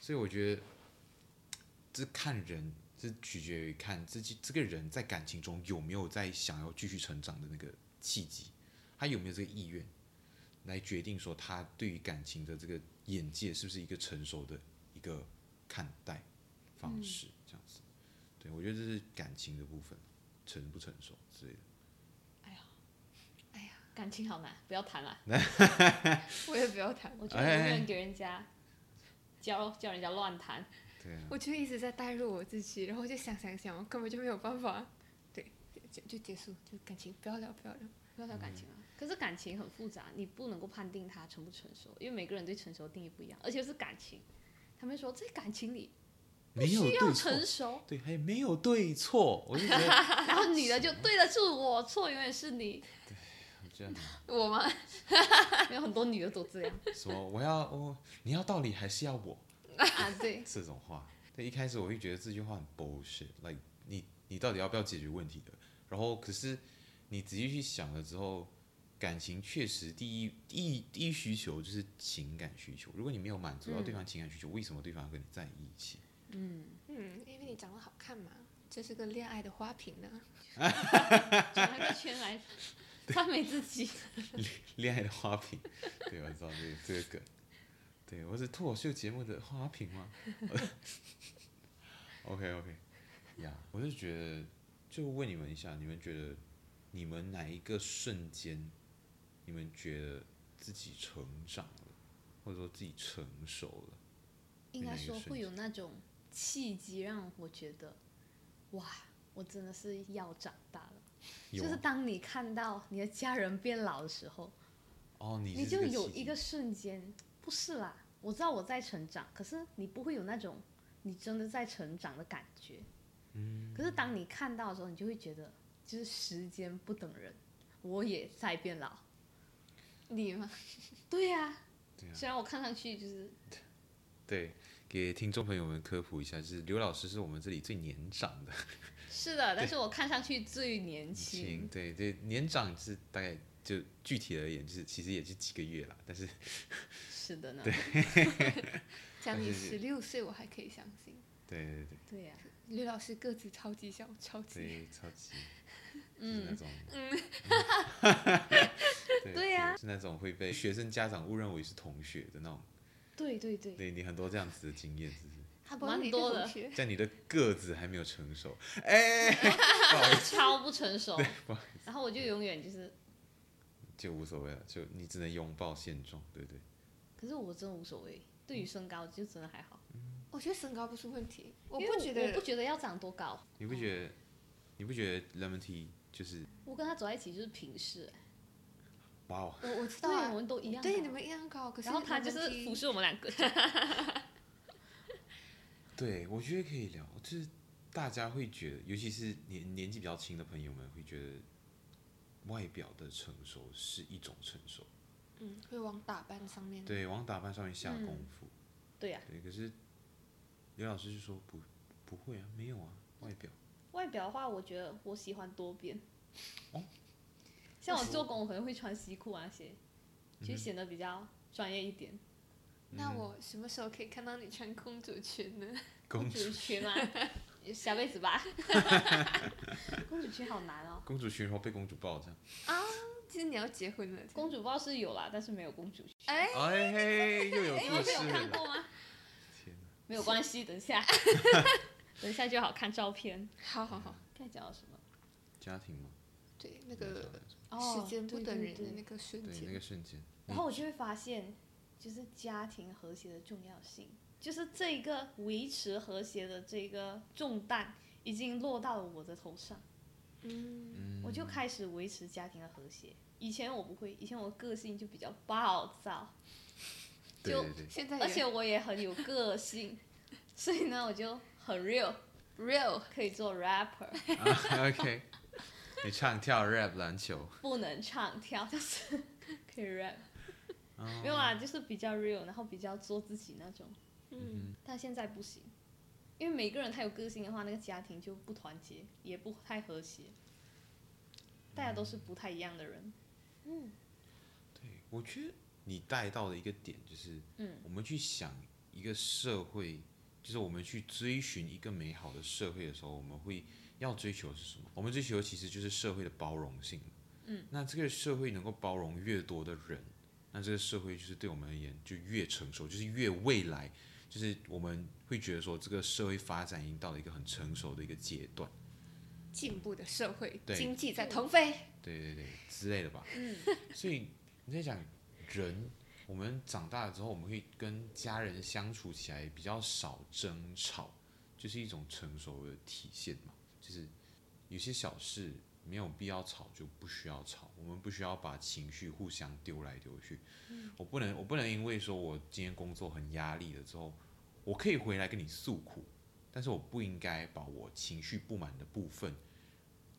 Speaker 1: 所以我觉得这看人，这取决于看自己这个人在感情中有没有在想要继续成长的那个契机，他有没有这个意愿，来决定说他对于感情的这个眼界是不是一个成熟的一个看待方式，这样子。对，我觉得这是感情的部分，成不成熟之类的。
Speaker 2: 感情好难，不要谈了。
Speaker 3: 我也不要谈，
Speaker 2: 我觉得
Speaker 1: 哎哎
Speaker 2: 永
Speaker 1: 哎
Speaker 2: 远给人家教教人家乱谈，
Speaker 1: 对啊，
Speaker 3: 我就一直在代入我自己，然后就想想想，我根本就没有办法。对，就就结束，就感情不要聊，不要聊。
Speaker 2: 不要聊感情了。啊可是感情很复杂，你不能够判定它成不成熟，因为每个人对成熟的定义不一样，而且是感情。他们说在感情里不
Speaker 1: 没有
Speaker 2: 需要
Speaker 1: 对错，
Speaker 2: 成熟，
Speaker 1: 对，还有没有对错，我就觉得
Speaker 2: 然后女的就对的是我，错永远是你。
Speaker 1: 我觉得很
Speaker 3: 我吗？
Speaker 2: 有很多女的都这样
Speaker 1: 什么我要我你要道理还是要我
Speaker 2: 啊，对，
Speaker 1: 这种话。对，一开始我会觉得这句话很 bullshit，like 你你到底要不要解决问题的？然后可是你仔细去想了之后，感情确实第一第一第一需求就是情感需求。如果你没有满足到对方情感需求，为什么对方要跟你在一起？
Speaker 3: 嗯，因为你长得好看嘛，这是个恋爱的花瓶
Speaker 2: 啊
Speaker 3: 呢、
Speaker 2: 转了个圈来赞美自己。
Speaker 1: 恋爱的花瓶，对，我知道这个这个梗。对我是脱口秀节目的花瓶吗 ？OK OK，呀、我是觉得，就问你们一下，你们觉得你们哪一个瞬间，你们觉得自己成长了，或者说自己成熟了？
Speaker 2: 应该说
Speaker 1: 哪一个瞬
Speaker 2: 会有那种契机让我觉得，哇，我真的是要长大了。
Speaker 1: 有啊
Speaker 2: 就是
Speaker 1: 吗
Speaker 2: 当你看到你的家人变老的时候，
Speaker 1: 哦，你
Speaker 2: 你
Speaker 1: 是这
Speaker 2: 就有
Speaker 1: 契机
Speaker 2: 一个瞬间，不是啦，我知道我在成长，可是你不会有那种你真的在成长的感觉。嗯。可是当你看到的时候，你就会觉得，就是时间不等人，我也在变老。
Speaker 3: 你吗？
Speaker 2: 对呀、
Speaker 1: 对啊
Speaker 2: 虽然我看上去就是
Speaker 1: 对，给听众朋友们科普一下，就是刘老师是我们这里最年长的
Speaker 2: 是的，但是我看上去最年轻
Speaker 1: 亲，。对对，年长是大概就具体而言，就是其实也就几个月啦，但是
Speaker 2: 是的呢。
Speaker 3: 讲
Speaker 1: 但
Speaker 3: 你
Speaker 1: 是
Speaker 3: 十六岁我还可以相信，
Speaker 1: 对对对
Speaker 2: 对 呀、
Speaker 3: 刘老师个子超级小，超级
Speaker 1: 对，超级，就是那种，嗯，对
Speaker 2: 对呀
Speaker 1: 是那种会被学生家长误认为是同学的那种，
Speaker 2: 对对对，
Speaker 1: 对你很多这样子的经验，是不是？
Speaker 3: 他
Speaker 2: 蛮多的
Speaker 1: 但你的个子还没有成熟，
Speaker 2: 超不成 熟。然后我就永远就是，
Speaker 1: 就无所谓了，就你只能拥抱现状，对不对？
Speaker 2: 可是我真的无所谓，对于身高就真的还好。
Speaker 3: 我觉得身高不是问题，我
Speaker 2: 因为
Speaker 3: 不觉
Speaker 2: 我不
Speaker 3: 得，
Speaker 2: 觉得要长多高。
Speaker 1: 你不觉得？你不觉得 lemon tea 就是
Speaker 2: 我跟他走在一起就是平视，
Speaker 1: 哇哦？
Speaker 3: 我我知道
Speaker 2: 对，我
Speaker 3: 啊，
Speaker 2: 们都一样。
Speaker 3: 对你，们一样高，可是
Speaker 2: 然后他就
Speaker 3: 我
Speaker 2: 是
Speaker 3: 们
Speaker 2: 俯
Speaker 3: 踢
Speaker 2: 视我们两个。
Speaker 1: 对，我觉得可以聊，就是大家会觉得，尤其是年年纪比较轻的朋友们会觉得，外表的成熟是一种成熟，
Speaker 3: 嗯，会往打扮上
Speaker 2: 嗯
Speaker 3: 面，
Speaker 1: 对，往打扮上面下功夫。
Speaker 2: 对啊呀、
Speaker 1: 对，可是刘老师就说不不会啊，没有啊，外表
Speaker 2: 外表的话，我觉得我喜欢多变。
Speaker 1: 哦
Speaker 2: 像我做工，我可能会穿西裤啊那些，
Speaker 1: 嗯
Speaker 2: 就显得比较专业一点。
Speaker 3: 那我什么时候可以看到你穿公主裙呢？
Speaker 1: 公
Speaker 2: 主裙嘛， 下辈子吧。公主裙好难哦。
Speaker 1: 公主裙，然后被公主抱这样。
Speaker 3: 其实你要结婚了，
Speaker 2: 啊公主抱是有啦，但是没有公主裙。
Speaker 3: 哎，
Speaker 1: 哎嘿，又 有
Speaker 2: 哎，你
Speaker 1: 故
Speaker 2: 们没
Speaker 1: 事
Speaker 2: 有看
Speaker 1: 了。
Speaker 2: 过吗？
Speaker 1: 天哪，
Speaker 2: 没有关系，等 一下，等一下就好看照片。
Speaker 3: 好好好，
Speaker 2: 该讲到什么？
Speaker 1: 家庭嘛，
Speaker 3: 对，那个
Speaker 2: 哦，
Speaker 3: 时间不等
Speaker 2: 对
Speaker 3: 人的
Speaker 2: 对对
Speaker 3: 那个瞬
Speaker 1: 对那
Speaker 3: 间，
Speaker 1: 个瞬间，
Speaker 2: 然后我就会发现，就是家庭和谐的重要性，就是这个维持和谐的这个重担已经落到了我的头上，
Speaker 3: 嗯，
Speaker 1: 嗯，
Speaker 2: 我就开始维持家庭的和谐。以前我不会，以前我个性就比较暴躁，
Speaker 1: 对
Speaker 2: 就
Speaker 1: 对对，
Speaker 3: 现在
Speaker 2: 而
Speaker 3: 也
Speaker 2: 且我也很有个性，所以呢，我就很 real，
Speaker 3: real
Speaker 2: 可以做 rapper。
Speaker 1: 啊 OK，你 唱跳 rap 篮球，
Speaker 2: 不能唱跳， 但是可以 rap。没有
Speaker 1: 哦
Speaker 2: 啊，就是比较 real，然后比较做自己那种。
Speaker 3: 嗯，
Speaker 2: 但现在不行，因为每个人太有个性的话，那个家庭就不团结，也不太和谐。大家都是不太一样的人，
Speaker 1: 嗯对我觉得你带到的一个点就是，
Speaker 2: 嗯，
Speaker 1: 我们去想一个社会，就是我们去追寻一个美好的社会的时候，我们会要追求的是什么？我们追求的其实就是社会的包容性。嗯，那这个社会能够包容越多的人，那这个社会就是对我们而言就越成熟，就是越未来，就是我们会觉得说这个社会发展已经到了一个很成熟的一个阶段。
Speaker 3: 进步的社会，
Speaker 1: 对
Speaker 3: 经济在腾飞，
Speaker 1: 对对对之类的吧。嗯，所以你在讲人，我们长大了之后，我们会跟家人相处起来比较少争吵，就是一种成熟的体现嘛。就是有些小事没有必要吵，就不需要吵。我们不需要把情绪互相丢来丢去。我不能，我不能因为说我今天工作很压力了之后，我可以回来跟你诉苦，但是我不应该把我情绪不满的部分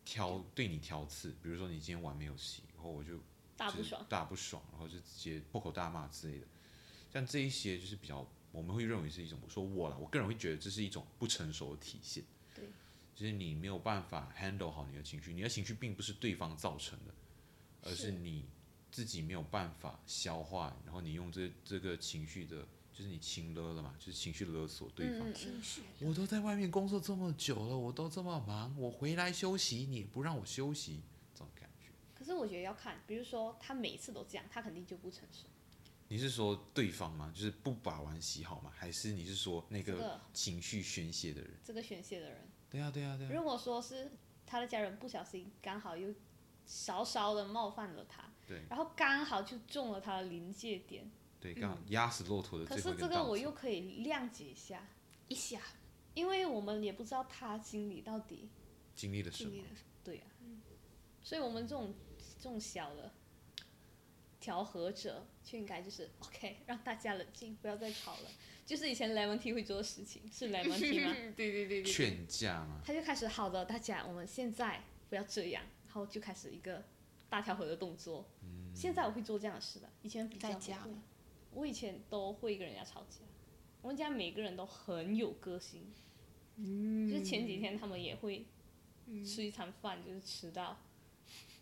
Speaker 1: 挑对你挑刺。比如说你今天碗没有洗，然后我就
Speaker 2: 大
Speaker 1: 就
Speaker 2: 不
Speaker 1: 是
Speaker 2: 爽。
Speaker 1: 大不爽，然后就直接破口大骂之类的。像这一些就是比较，我们会认为是一种，我说我啦，我个人会觉得这是一种不成熟的体现。
Speaker 2: 对，
Speaker 1: 就是你没有办法 handle 好你的情绪，你的情绪并不是对方造成的，而是
Speaker 2: 是
Speaker 1: 你自己没有办法消化，然后你用这这个情绪的，就是你情勒了嘛，就是情绪勒索对方。
Speaker 2: 嗯
Speaker 3: 情绪
Speaker 1: 我都在外面工作这么久了，我都这么忙，我回来休息，你也不让我休息，这种感觉。
Speaker 2: 可是我觉得要看，比如说他每次都这样，他肯定就不成熟。
Speaker 1: 你是说对方吗？就是不把玩喜好吗？还是你是说那
Speaker 2: 这
Speaker 1: 个
Speaker 2: 个
Speaker 1: 情绪宣泄的人？
Speaker 2: 这个宣泄的人。
Speaker 1: 对啊，对啊，对啊。
Speaker 2: 如果说是他的家人不小心刚好又稍稍的冒犯了他，
Speaker 1: 对
Speaker 2: 然后刚好就中了他的临界点，
Speaker 1: 对，刚好压死骆驼的
Speaker 2: 嗯可
Speaker 1: 最后
Speaker 2: 是
Speaker 1: 一
Speaker 2: 这
Speaker 1: 根
Speaker 2: 个
Speaker 1: 稻
Speaker 2: 我
Speaker 1: 草
Speaker 2: 又可以谅解一下，
Speaker 3: 一下
Speaker 2: 因为我们也不知道他心里到底
Speaker 1: 经历了什
Speaker 3: 经
Speaker 1: 么
Speaker 3: 历？了什么，
Speaker 2: 对呀、啊
Speaker 3: 嗯
Speaker 2: 所以我们这种这种小的调和者，就应该就是 OK，让大家冷静，不要再吵了。就是以前 Lemon Tea 会做的事情，是 Lemon Tea 吗？
Speaker 3: 对对对对对，
Speaker 1: 劝架吗？
Speaker 2: 他就开始好的，大家我们现在不要这样，然后就开始一个大调和的动作。
Speaker 1: 嗯
Speaker 2: 现在我会做这样的事了，以前比较
Speaker 3: 在
Speaker 2: 不
Speaker 3: 家
Speaker 2: 会
Speaker 3: 吗。
Speaker 2: 我以前都会跟人家吵架，我们家每个人都很有个性。嗯，就是前几天他们也会吃一餐饭，就是吃到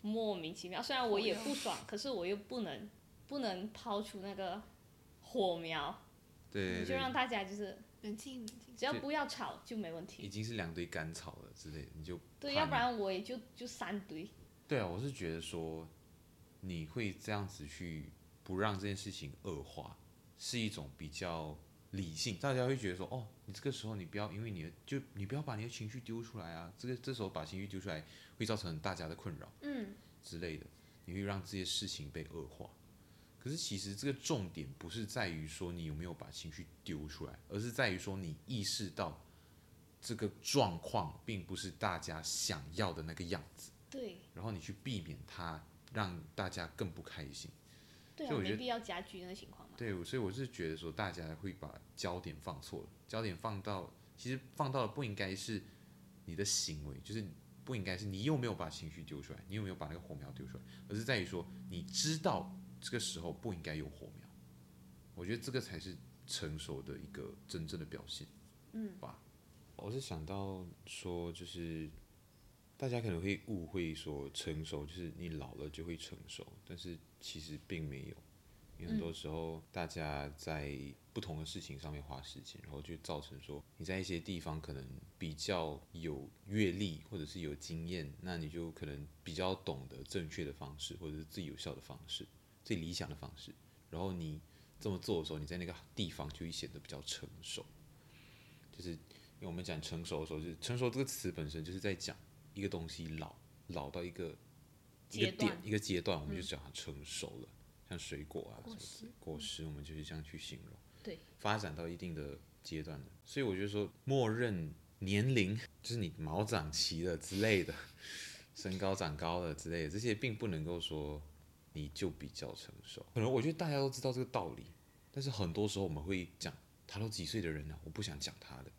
Speaker 2: 莫名其妙。虽然我也不爽，可是我又不能不能抛出那个火苗，
Speaker 1: 对对
Speaker 2: 就让
Speaker 1: 对，
Speaker 2: 大家就是
Speaker 3: 冷静冷静，
Speaker 2: 只要
Speaker 1: 就
Speaker 2: 不要吵就没问
Speaker 1: 已
Speaker 2: 题。
Speaker 1: 经是两堆干草了之类的，你就
Speaker 2: 对，
Speaker 1: 怕
Speaker 2: 要不
Speaker 1: 你
Speaker 2: 然我也就就三堆。
Speaker 1: 对啊，我是觉得说，你会这样子去不让这件事情恶化，是一种比较理性。大家会觉得说，哦，你这个时候你不要因为你的就你不要把你的情绪丢出来啊，这个这时候把情绪丢出来会造成大家的困扰
Speaker 2: 嗯，
Speaker 1: 之类的，你会让这些事情被恶化。可是其实这个重点不是在于说你有没有把情绪丢出来，而是在于说你意识到这个状况并不是大家想要的那个样子。
Speaker 2: 对
Speaker 1: 然后你去避免它，让大家更不开心。
Speaker 2: 对啊，
Speaker 1: 所以我觉
Speaker 2: 没
Speaker 1: 得
Speaker 2: 必要加剧那个情况嘛。
Speaker 1: 对，我所以我是觉得说，大家会把焦点放错了，焦点放到其实放到的不应该是你的行为，就是不应该是你有没有把情绪丢出来，你有没有把那个火苗丢出来，而是在于说你知道这个时候不应该有火苗。我觉得这个才是成熟的一个真正的表现。嗯，吧。我是想到说，就是大家可能会误会说成熟就是你老了就会成熟，但是其实并没有。因为
Speaker 2: 嗯
Speaker 1: 很多时候大家在不同的事情上面花时间，然后就造成说你在一些地方可能比较有阅历或者是有经验，那你就可能比较懂得正确的方式，或者是最有效的方式、最理想的方式。然后你这么做的时候，你在那个地方就会显得比较成熟。就是因为我们讲成熟的时候，就是成熟这个词本身就是在讲一个东西老老到一个一
Speaker 2: 阶
Speaker 1: 个
Speaker 2: 段嗯
Speaker 1: 点一个阶段，我们就讲它成熟了，像水果啊什
Speaker 3: 果
Speaker 1: 么之类果实，我们就是这样去形容。
Speaker 2: 对，
Speaker 1: 发展到一定的阶段了，所以我就说，默认年龄 就是你毛长齐了之类的， 身高长高了之类的，这些并不能够说你就比较成熟。可能我觉得大家都知道这个道理，但是很多时候我们会讲，他都几岁的人了、我不想讲他的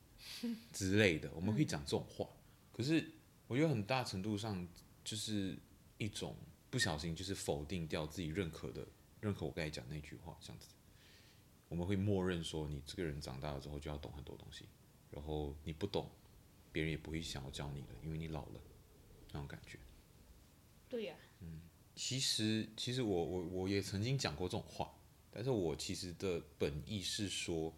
Speaker 1: 之类的，我们会讲这种话。可是我觉得很大程度上就是一种不小心就是否定掉自己认可的，认可我刚才讲那句话这样子。我们会默认说你这个人长大了之后就要懂很多东西，然后你不懂，别人也不会想要教你的，因为你老了，那种感觉。
Speaker 2: 对啊呀、
Speaker 1: 其实，其实我我我也曾经讲过这种话，但是我其实的本意是说，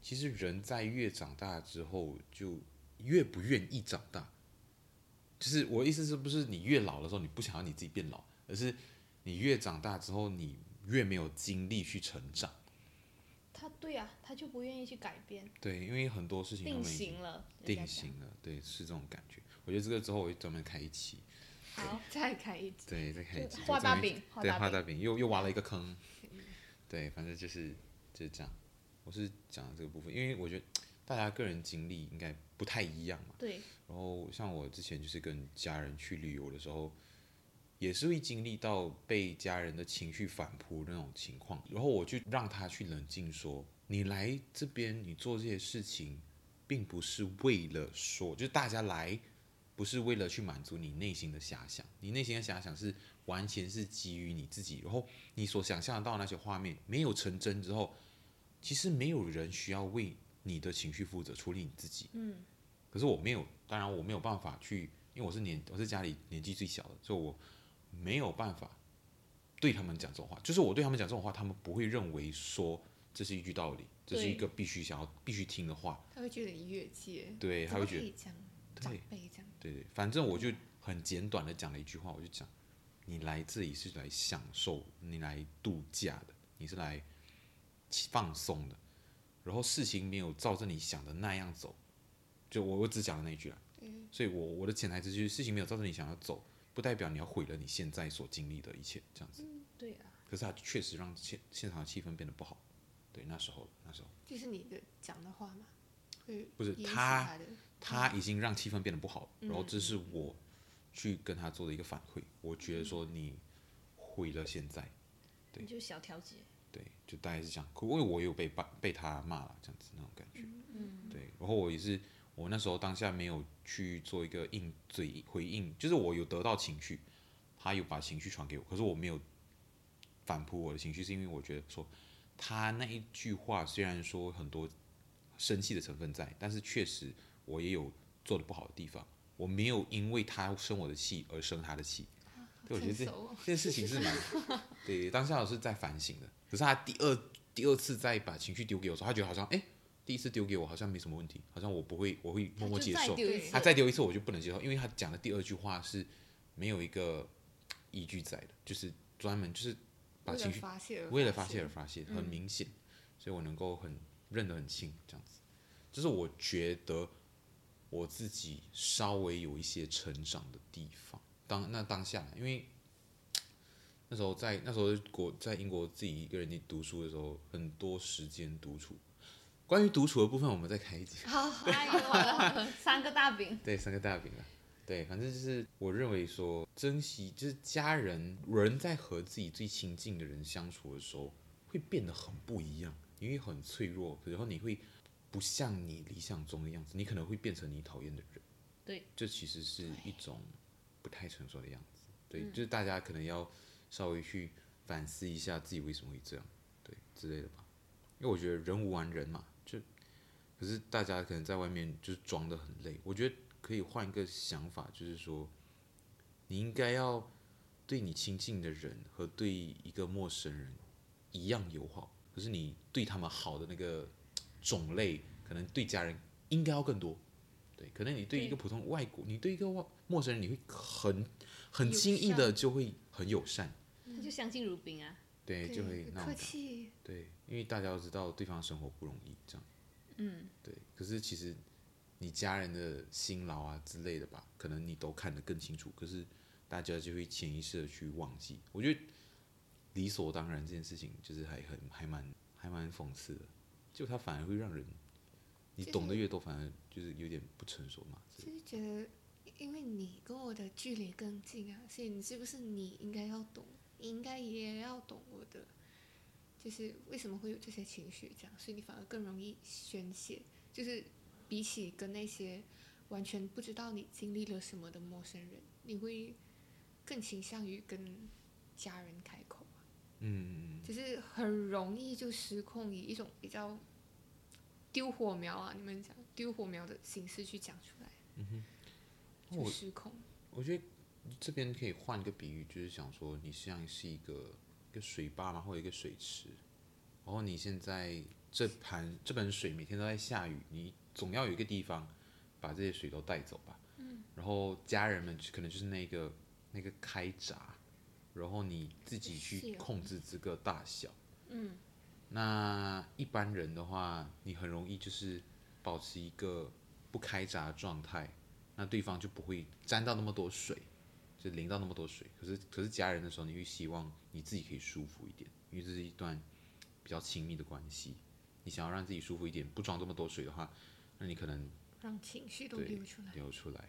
Speaker 1: 其实人在越长大之后，就越不愿意长大。就是我的意思是不是你越老的时候，你不想要你自己变老，而是你越长大之后，你越没有精力去成长。
Speaker 2: 他对呀、他就不愿意去改变，
Speaker 1: 对，因为很多事情他
Speaker 2: 定
Speaker 1: 们已经
Speaker 2: 型了。人家
Speaker 1: 定
Speaker 2: 讲
Speaker 1: 型了，对，是这种感觉。我觉得这个之后我会专门开一期，
Speaker 2: 好，
Speaker 1: 哎
Speaker 3: 再开一集，
Speaker 1: 对，再开一
Speaker 2: 就
Speaker 1: 期就
Speaker 2: 画
Speaker 1: 专
Speaker 2: 大
Speaker 1: 门
Speaker 2: 饼，嗯
Speaker 1: 对，画
Speaker 2: 大
Speaker 1: 大饼又又挖了一个坑， 对，反正就是就是这样。我是讲这个部分，因为我觉得大家个人经历应该不太一样嘛。
Speaker 2: 对，
Speaker 1: 然后像我之前就是跟家人去旅游的时候，也是会经历到被家人的情绪反扑那种情况，然后我就让他去冷静说，你来这边你做这些事情，并不是为了说，就是大家来。不是为了去满足你内心的遐想，你内心的遐想是完全是基于你自己，然后你所想象得到的那些画面没有成真之后，其实没有人需要为你的情绪负责，除了你自己。嗯。可是我没有，当然我没有办法去，因为我是年我是家里年纪最小的，所以我没有办法对他们讲这种话。就是我对他们讲这种话，他们不会认为说这是一句道理，这是一个必须想要必须听的话。
Speaker 3: 他会觉得你越界，
Speaker 1: 对，他
Speaker 3: 怎么
Speaker 1: 会觉
Speaker 3: 可
Speaker 1: 得
Speaker 3: 以讲长
Speaker 1: 对。
Speaker 3: 辈这样，
Speaker 1: 对对，反正我就很简短的讲了一句话，我就讲，你来这里是来享受，你来度假的，你你是来起放松的，然后事情没有照着你想的那样走，就我我只讲了那一句啦，
Speaker 3: 嗯
Speaker 1: 所以我我的潜台词就是事情没有照着你想要走，不代表你要毁了你现在所经历的一切，这样子。
Speaker 2: 对啊，
Speaker 1: 可是它确实让现现场的气氛变得不好，对，那时候那时候
Speaker 3: 就是你的讲的话嘛，会
Speaker 1: 不是
Speaker 3: 引起
Speaker 1: 他
Speaker 3: 的，
Speaker 1: 他已经让气氛变得不好，然后这是我去跟他做的一个反馈，我觉得说你毁了现在。对
Speaker 2: 你就小调节，
Speaker 1: 对，就大概是这样。可因为我也有被骂被他骂了，这样子那种感觉。
Speaker 2: 嗯，
Speaker 1: 对，然后我也是，我那时候当下没有去做一个应对回应，就是我有得到情绪，他有把情绪传给我，可是我没有反扑我的情绪，是因为我觉得说他那一句话虽然说很多生气的成分在，但是确实我也有做的不好的地方，我没有因为他生我的气而生他的气。对，我觉得这
Speaker 3: 成熟哦
Speaker 1: 这件事情是 蛮对当下我是在反省的，可是他第二第二次再把情绪丢给我的时候，他觉得好像哎、诶第一次丢给我好像没什么问题，好像我不会，我会默默接
Speaker 2: 他就
Speaker 1: 受
Speaker 2: 再。丢一次
Speaker 1: 他再丢一次我就不能接受，因为他讲的第二句话是没有一个依据在的，就是专门就是把
Speaker 3: 为
Speaker 1: 情
Speaker 3: 了
Speaker 1: 绪
Speaker 3: 发泄而
Speaker 1: 为了发泄
Speaker 3: 泄
Speaker 1: 而，发泄，很明显，所以我能够很认得很清，这样子，这是我觉得我自己稍微有一些成长的地方。当那当下，因为那时候在那时候国在英国自己一个人读书的时候，很多时间独处。关于独处的部分，我们再开一集。
Speaker 2: 哎呦完了，三个大饼，
Speaker 1: 对，三个大饼啊。对，反正就是我认为说，珍惜就是家人，人在和自己最亲近的人相处的时候，会变得很不一样，因为很脆弱，然后你会不像你理想中的样子，你可能会变成你讨厌的人。
Speaker 2: 对，
Speaker 1: 这其实是一种不太成熟的样子。对，就是大家可能要稍微去反思一下自己为什么会这样，对之类的吧。因为我觉得人无完人嘛，就可是大家可能在外面就是装的很累，我觉得可以换一个想法，就是说，你应该要对你亲近的人和对一个陌生人一样友好，可是你对他们好的那个种类，可能对家人应该要更多。对，可能你对一个
Speaker 2: 对
Speaker 1: 普通外国，你对一个外陌生人，你会很很
Speaker 2: 友
Speaker 1: 轻易
Speaker 2: 善
Speaker 1: 的就会很友善，
Speaker 2: 他就相敬如宾啊，
Speaker 1: 对，
Speaker 3: 对
Speaker 1: 就会那种
Speaker 3: 客
Speaker 1: 感
Speaker 3: 气，
Speaker 1: 对，因为大家都知道对方生活不容易，这样。嗯。对，可是其实你家人的辛劳啊之类的吧，可能你都看得更清楚，可是大家就会潜意识的去忘记。我觉得理所当然这件事情，就是还很还蛮还蛮讽刺的，就它反而会让人，你
Speaker 3: 就是
Speaker 1: 懂得越多，反而就是有点不成熟嘛。之类的
Speaker 3: 就是觉得，因为你跟我的距离更近啊，所以你是不是你应该要懂，你应该也要懂我的，就是为什么会有这些情绪，这样，所以你反而更容易宣泄。就是比起跟那些完全不知道你经历了什么的陌生人，你会更倾向于跟家人开口啊，
Speaker 1: 嗯，
Speaker 3: 就是很容易就失控，以一种比较丢火苗啊，你们讲丢火苗的形式去讲出来。就
Speaker 1: 我
Speaker 3: 失控。
Speaker 1: 我觉得这边可以换一个比喻，就是想说你像是一个一个水坝嘛，或者一个水池，然哦后你现在这盘这盆水每天都在下雨，你总要有一个地方把这些水都带走吧。嗯。然后家人们可能就是那个那个开闸，然后你自己
Speaker 3: 是
Speaker 1: 去
Speaker 3: 有
Speaker 1: 控制这个大小。
Speaker 3: 嗯，
Speaker 1: 那一般人的话，你很容易就是保持一个不开闸的状态，那对方就不会沾到那么多水，就淋到那么多水。可是可是家人的时候，你会希望你自己可以舒服一点，因为这是一段比较亲密的关系，你想要让自己舒服一点，不装这么多水的话，那你可能
Speaker 3: 让情绪都
Speaker 1: 对
Speaker 3: 流出来。
Speaker 1: 流出来。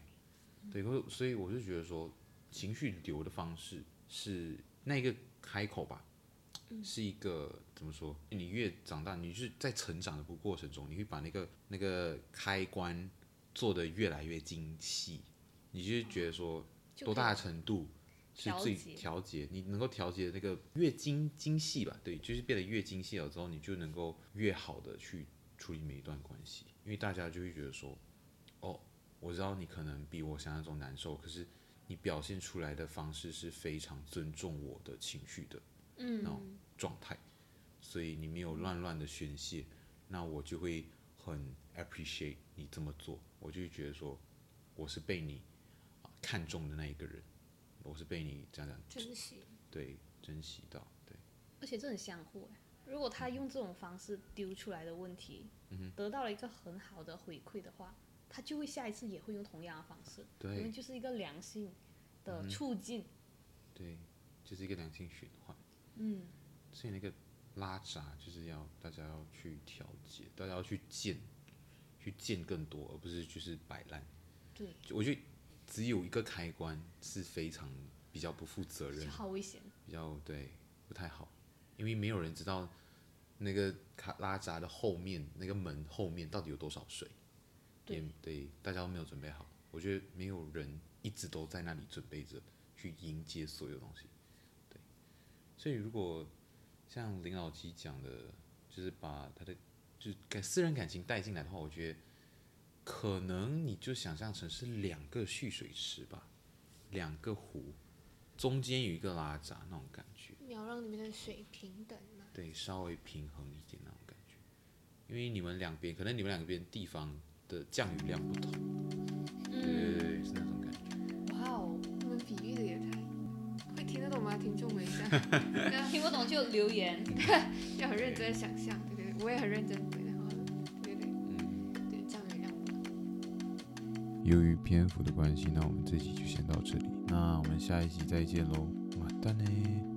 Speaker 1: 对，可是所以我就觉得说，情绪流的方式是那个开口吧，是一个怎么说？你越长大，你是在成长的过程中，你会把那个那个开关做的越来越精细，你就觉得说，
Speaker 2: 就
Speaker 1: 多
Speaker 2: 可以
Speaker 1: 大的程度是
Speaker 2: 调
Speaker 1: 最
Speaker 2: 节
Speaker 1: 调节？你能够调节那个越精精细吧？对，就是变得越精细了之后，你就能够越好的去处理每一段关系，因为大家就会觉得说，哦，我知道你可能比我想象中难受，可是你表现出来的方式是非常尊重我的情绪的那种
Speaker 3: 嗯，
Speaker 1: 状态，所以你没有乱乱的宣泄，那我就会很 appreciate 你这么做，我就会觉得说我是被你啊看中的那一个人，我是被你这样讲
Speaker 3: 珍惜。
Speaker 1: 对珍惜到，对，
Speaker 2: 而且这很相互哎、如果他用这种方式丢出来的问题，
Speaker 1: 嗯
Speaker 2: 得到了一个很好的回馈的话，他就会下一次也会用同样的方式，因为
Speaker 1: 对嗯
Speaker 2: 就是一个良性的促进。
Speaker 1: 对，就是一个良性循环。
Speaker 2: 嗯，
Speaker 1: 所以那个拉闸就是要大家要去调节，大家要去建，去建更多，而不是就是摆烂。
Speaker 2: 对，
Speaker 1: 就我觉得只有一个开关是非常比较不负责任
Speaker 2: 就，好危险。
Speaker 1: 比较对不太好，因为没有人知道那个卡拉闸的后面那个门后面到底有多少水，
Speaker 2: 对
Speaker 1: 也对，大家都没有准备好。我觉得没有人一直都在那里准备着去迎接所有东西，对。所以如果像林老吉讲的，就是把他的就是感私人感情带进来的话，我觉得可能你就想象成是两个蓄水池吧，两个湖，中间有一个拉闸那种感觉，
Speaker 3: 你要让你们的水平等嘛。
Speaker 1: 对，稍微平衡一点那种感觉，因为你们两边可能你们两边地方的降雨量不同，对对
Speaker 2: 嗯，
Speaker 1: 对，是那种感觉。
Speaker 3: 哇哦，你们比喻的也太……会听得懂吗？听众们，
Speaker 2: 听不懂就留言。
Speaker 3: 要很认真地想象，对对对，我也很认真回答，对对
Speaker 1: 嗯，
Speaker 3: 对，对，这样有量。
Speaker 1: 由于篇幅的关系，那我们这集就先到这里，那我们下一集再见喽，马蛋呢。